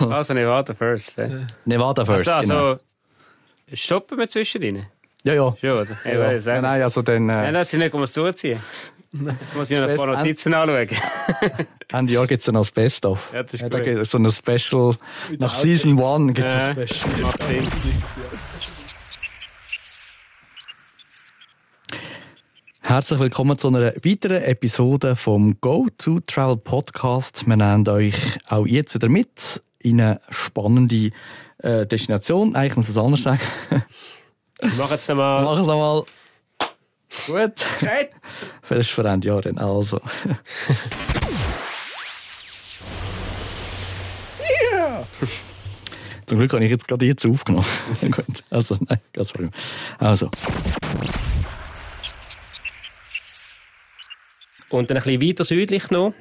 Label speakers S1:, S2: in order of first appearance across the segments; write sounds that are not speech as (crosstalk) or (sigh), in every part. S1: Also Nevada first. Ja.
S2: Nevada first.
S1: Also,
S2: genau.
S1: also stoppen wir zwischendrin?
S2: Ja, ja.
S1: Schon, oder? Ich weiß
S2: Nein,
S1: nein.
S2: nein, also dann
S1: nein,
S2: äh,
S1: das sind nicht, um es durchziehen. Ich muss ich noch ein paar
S2: Best-
S1: Notizen anschauen.
S2: Ende Jahr gibt es dann als Best-of.
S1: Ja, das ist
S2: da
S1: gut.
S2: gibt es so ein Special. Nach Season 1 gibt es ein
S1: Äh,
S2: Special.
S1: macht Sinn.
S2: Herzlich willkommen zu einer weiteren Episode vom Go-To-Travel Podcast. Wir nehmen euch auch jetzt wieder mit in eine spannende äh, Destination. Eigentlich muss ich es anders sagen.
S1: Ich mache jetzt nochmal.
S2: Mach es nochmal. Gut. Das ist vor einem Jahr dann also. Zum Glück habe ich jetzt gerade jetzt (laughs) aufgenommen. Gut, also nein, ganz Problem. Also,
S1: Und dann ein bisschen weiter südlich noch,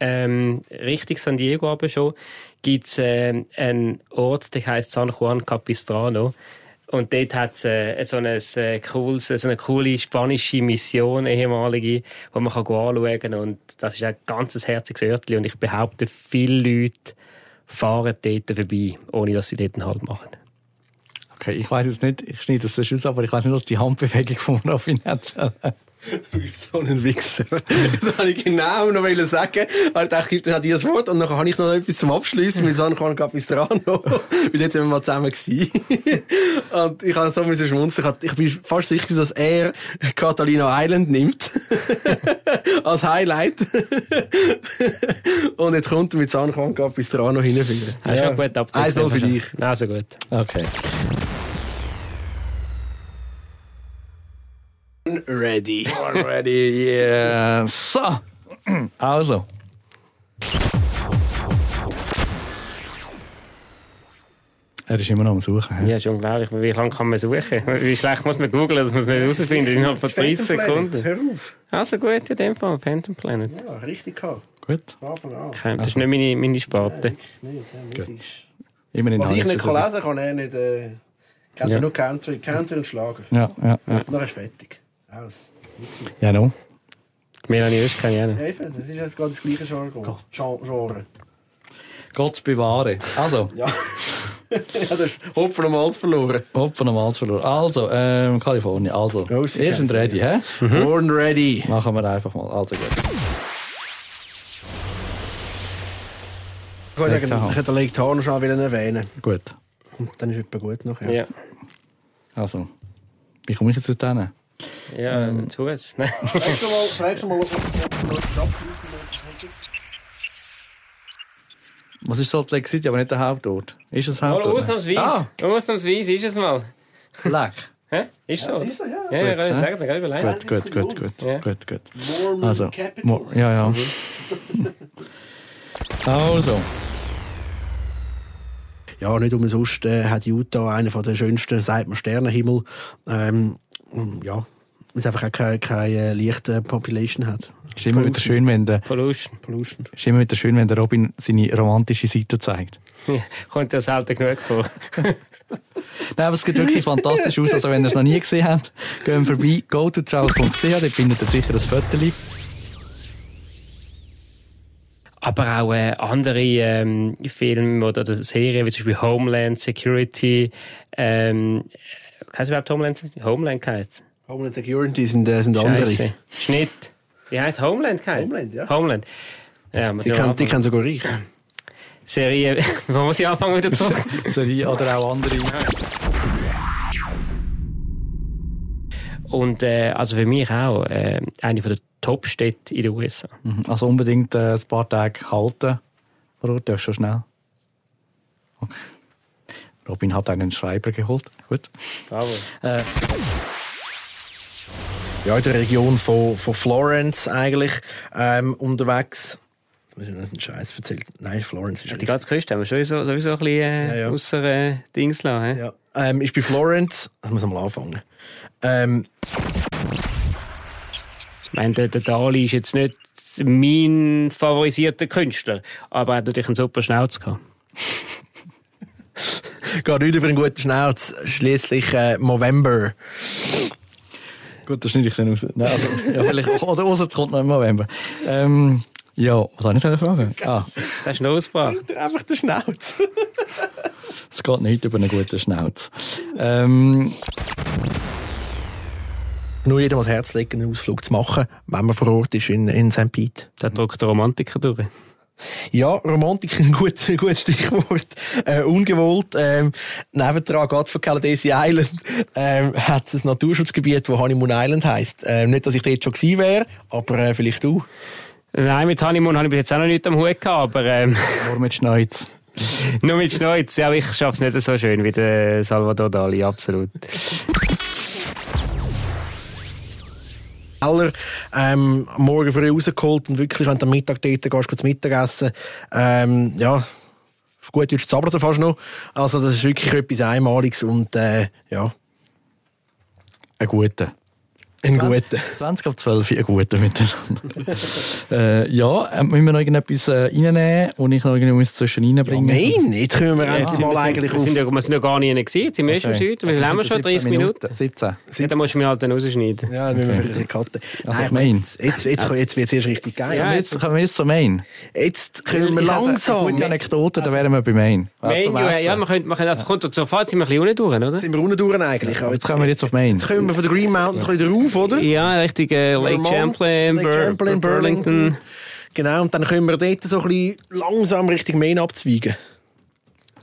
S1: ähm, Richtung San Diego aber schon, gibt es ähm, einen Ort, der heißt San Juan Capistrano. Und dort hat es äh, so, ein, äh, cooles, so eine coole spanische Mission, ehemalige, die man kann anschauen kann. Und das ist ein ganzes herziges Örtchen. Und ich behaupte, viele Leute fahren dort vorbei, ohne dass sie dort einen Halt machen.
S2: okay, ich weiß jetzt nicht, ich schneide das sonst aus, aber ich weiß nicht, was die Handbewegung von Raffin hat.
S3: Du bist (laughs) so ein Wichser. Das wollte ich genau noch wollen sagen. Aber ich dachte, ich hat dir das Wort und dann habe ich noch etwas zum Abschließen mit San Juan Capistrano. (laughs) Weil jetzt sind wir mal zusammen gewesen. (laughs) Und ich habe so müssen schmunzeln. Ich hatte- Ich bin fast sicher, dass er Catalina Island nimmt. (laughs) Als Highlight. (laughs) Und jetzt kommt er mit San Juan Capistrano hinführen.
S1: Hast du noch gut abgedeckt?
S3: 1-0 für dich.
S1: Also gut.
S2: (laughs) Okay.
S3: Ready.
S2: Ready, yeah. So, also. Er ist immer noch am Suchen. hä?
S1: Ja, ist unglaublich. Wie lange kann man suchen? Wie schlecht muss man googeln, dass man es nicht herausfindet? Innerhalb von 30 Sekunden.
S3: Hör auf.
S1: Also gut, in dem Fall. Phantom Planet.
S3: Ja, richtig gehabt.
S2: Gut.
S3: Von Anfang an.
S1: Okay, das ist nicht meine, meine Sparte.
S3: Nein, das ist...
S2: Immerhin
S3: Was
S2: habe
S3: Also ich nicht
S2: jetzt
S3: kann
S2: etwas-
S3: lesen kann, er nicht. Äh, kennt
S1: Ja.
S3: ja. nur Country, Country und Schlager.
S2: Ja, ja, ja.
S3: Nachher ist fertig. Aus. Nicht mehr.
S2: Ja, nou. no.
S1: Melanie Oesch kann ich auch noch.
S3: Ja, eben, das ist jetzt gerade das gleiche Genre. Gen- Genre. (laughs)
S2: Gott bewahre. Also,
S3: Ja. ja, das ist Hopfen und Malz verloren.
S2: Hopfen am Hals verloren. Also, ähm, Kalifornien. Also, wir
S3: Grosse
S2: sind ready, hä?
S3: Born ready.
S2: Machen wir einfach mal. Also gut.
S3: Ich wollte sagen, ich hätte Lake Tahoe noch schnell wollen erwähnen
S2: Gut.
S3: Und dann ist etwas gut nachher.
S1: Ja,
S2: Also, wie komme ich jetzt zu denen?
S1: ja ähm. zu (laughs) uns. Nein.
S3: Fragst du mal, fragst du mal, ob ob- ob-
S2: Was ist Salt Lake City, aber nicht der Hauptort? Ist es
S1: Mal
S2: Hauptort?
S1: ausnahmsweise. Ausnahmsweise ist es mal.
S2: Leck.
S1: Hä? Ist so?
S3: Siehst du, ja.
S1: Ja, ja,
S2: Gut,
S1: kann ich
S2: hä?
S1: sagen, kann ich überlegen.
S2: Gut, gut, gut, gut,
S1: Ja.
S2: gut, gut.
S3: Mormon
S2: Also,
S3: Capital.
S2: mo- ja, ja. also,
S3: Ja, nicht umsonst äh, hat Utah einen von der schönsten, sagt man, Sternenhimmel. Ähm, ja, es einfach auch keine, keine leichte Population hat.
S2: ist immer wieder schön, wenn der,
S1: Pollution. (laughs)
S3: Pollution.
S2: ist immer wieder schön, wenn der Robin seine romantische Seite zeigt.
S1: Kommt ja selten genug vor.
S2: Nein, aber es sieht wirklich fantastisch aus. Also, wenn ihr es noch nie gesehen habt, geht vorbei, gototravel.ch, dort findet ihr sicher ein Foto.
S1: Aber auch äh, andere ähm, Filme oder, oder Serien, wie zum Beispiel Homeland Security. Ähm, kennst du überhaupt Homeland Security? Homeland heißt
S3: Homeland Security sind, äh, sind andere.
S1: Scheiße. Schnitt. Die heißt Homeland, heißt?
S3: Homeland, ja.
S1: Homeland. Ja, muss
S3: Die
S1: ich
S3: kann,
S1: kann,
S3: die kann sogar ich.
S1: Serie. (laughs) Wo muss ich anfangen wieder zurück?
S2: Serie oder auch andere.
S1: Und äh, also für mich auch äh, eine von der Top-Städte in den USA.
S2: Also, unbedingt äh, ein paar Tage halten. Rot, darfst schon schnell. Okay. Robin hat einen Schreiber geholt. Gut.
S1: Bravo.
S3: Ja, in der Region von, von Florence eigentlich ähm, unterwegs. Jetzt muss ich noch einen Scheiß erzählt. Nein, Florence ist
S1: Die
S3: nicht.
S1: ganze Küste haben wir sowieso, sowieso ein bisschen äh,
S3: Ja, ja.
S1: ausser äh, Dings lassen. hä?
S3: Ja. Ähm, ich bin Florence. Ich muss mal anfangen. Ähm,
S1: Ich meine, der, der Dali ist jetzt nicht mein favorisierter Künstler, aber er hat natürlich einen super Schnauz gehabt.
S3: geht nicht über einen guten Schnauz. Schließlich äh, November.
S2: Oh, Gut, das schneide ich dann raus. Nein, also, ja, vielleicht, oder raus, es kommt noch im November. Ähm, Ja, was habe ich eine Frage? Ah,
S1: Das hast du noch ausgebracht.
S3: Einfach der Schnauz.
S2: es geht nicht über einen guten Schnauz. Ähm,
S3: Nur jedem ans Herz legen, einen Ausflug zu machen, wenn man vor Ort ist in, in St. Pete.
S1: Da drückt der Romantiker durch.
S3: Ja, Romantik (laughs) ein gut, ein gutes Stichwort. Äh, ungewollt. Ähm, nebendran geht von Caledesi Island ähm, hat es ein Naturschutzgebiet, das Honeymoon Island heisst. Ähm, nicht, dass ich dort schon gewesen wäre, aber äh, vielleicht du.
S1: Nein, mit Honeymoon habe ich bis jetzt auch noch nichts am Hut gehabt, aber ähm,
S2: nur mit Schneuz.
S1: nur mit Schneuz. Ja, aber ich schaffe es nicht so schön wie der Salvador Dali, absolut.
S3: Aller ähm, am morgen früh rausgeholt und wirklich, wenn du am Mittag dort gehst, gehst du Mittagessen. Ähm, ja, auf gut Deutsch zappert er fast noch. Also das ist wirklich etwas Einmaliges und äh, ja,
S2: Ein guter.
S3: ein guter.
S2: 20 ab 12, ein guter miteinander. äh, ja, äh, müssen wir noch irgendetwas äh, reinnehmen und ich noch irgendwas zwischen
S3: Ja,
S2: reinbringen?
S3: nein, jetzt können wir endlich
S1: wir,
S3: mal eigentlich
S1: wir,
S3: auf...
S1: sind ja, wir sind ja gar nie gewesen, jetzt sind wir eh schon im
S2: Okay.
S1: Süden. Wie viel
S2: Also
S1: haben wir schon?
S2: 17
S1: 30 Minuten?
S2: 17.
S1: Ja, dann musst du mich halt dann rausschneiden.
S3: Ja, dann müssen wir wieder die Karte.
S2: Also,
S3: Nein,
S2: ich mein-
S3: Jetzt, jetzt, jetzt, jetzt wird es erst richtig geil.
S1: Ja,
S2: Kommen wir jetzt, kommen wir jetzt zum Main.
S3: Jetzt können wir
S2: Ich habe Eine
S3: langsam.
S2: gute Anekdote, da wären wir bei Main. Also
S1: Menu,
S2: Zum Essen.
S1: ja, man könnte, man könnte, also kommt zur Fahrt, sind wir ein bisschen unten durch, oder?
S3: Jetzt sind wir unten durch eigentlich. Aber
S2: Jetzt
S3: jetzt
S2: kommen wir jetzt auf Main.
S3: können wir von der Green Mountain ein bisschen drauf, oder?
S1: Ja, richtig, äh, Lake
S3: Vermont,
S1: Champlain,
S3: Lake Champlain, Burlington. Genau, und dann können wir dort so ein bisschen langsam Richtung Main abzweigen.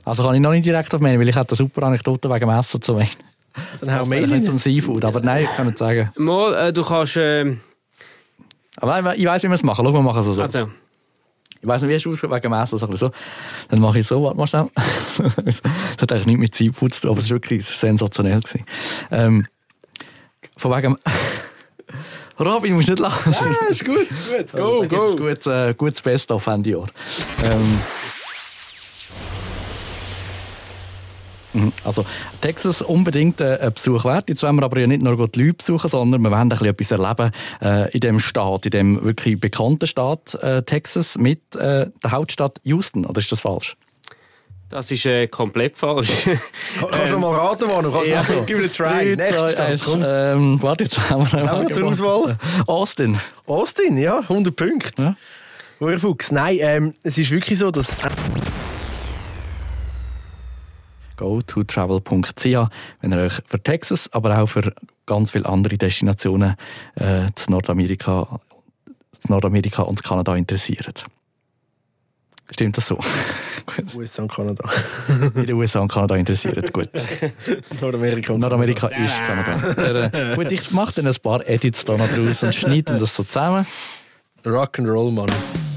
S2: Also kann ich noch nicht direkt auf Main, weil ich hatte eine super Anekdote wegen dem Essen zu Main.
S3: Dann haben wir
S2: Ich
S3: Main.
S2: nicht
S3: rein.
S2: zum Seafood, aber nein, ich kann nicht sagen.
S1: Mal, äh, du kannst, äh,
S2: Aber ich, ich weiss, wie wir es machen. Schau, wir machen es so.
S1: also,
S2: Ich weiß nicht, wie es aussieht wegen dem Essen. So ein bisschen so. Dann mache ich so, warte mal schnell. (laughs) das hat eigentlich nichts mit Seafood zu tun, aber es war wirklich es war sensationell. Gewesen. Ähm, von wegen... dem- (laughs) Robin, du musst nicht lachen.
S3: Ah, ist gut, ist gut.
S2: Also,
S1: Oh,
S3: Go,
S2: da gibt's
S3: go.
S2: Gutes, äh, gutes Best-of Ende Jahr. Ähm, mhm, also, Texas unbedingt äh, ein Besuch wert. Jetzt wollen wir aber ja nicht nur die Leute besuchen, sondern wir wollen ein bisschen etwas erleben äh, in dem Staat, in dem wirklich bekannten Staat äh, Texas mit äh, der Hauptstadt Houston. Oder ist das falsch?
S1: das ist äh, komplett falsch. (laughs)
S3: Kann- Kannst du noch mal raten, Manu? Kannst du
S1: ja.
S3: noch- Gib mir einen Try.
S2: Drei, zwei, eins.
S3: Nächstes Stadt.
S2: ähm, warte, jetzt haben wir
S3: haben wir zur Auswahl?
S2: Austin.
S3: Austin, ja, 100 Punkte.
S2: Ja.
S3: Wo ihr Fuchs? Nein, ähm, es ist wirklich so, dass...
S2: go2travel.ch, wenn ihr euch für Texas, aber auch für ganz viele andere Destinationen äh, zu Nordamerika, zu Nordamerika und zu Kanada interessiert. Stimmt das so?
S3: USA und (laughs) Kanada.
S2: In den USA und Kanada interessiert. Gut.
S3: Nordamerika und
S2: Nordamerika ist Kanada. Äh, Gut, ich mache dann ein paar Edits da noch draus und schneide das so zusammen.
S3: Rock'n'Roll, Mann.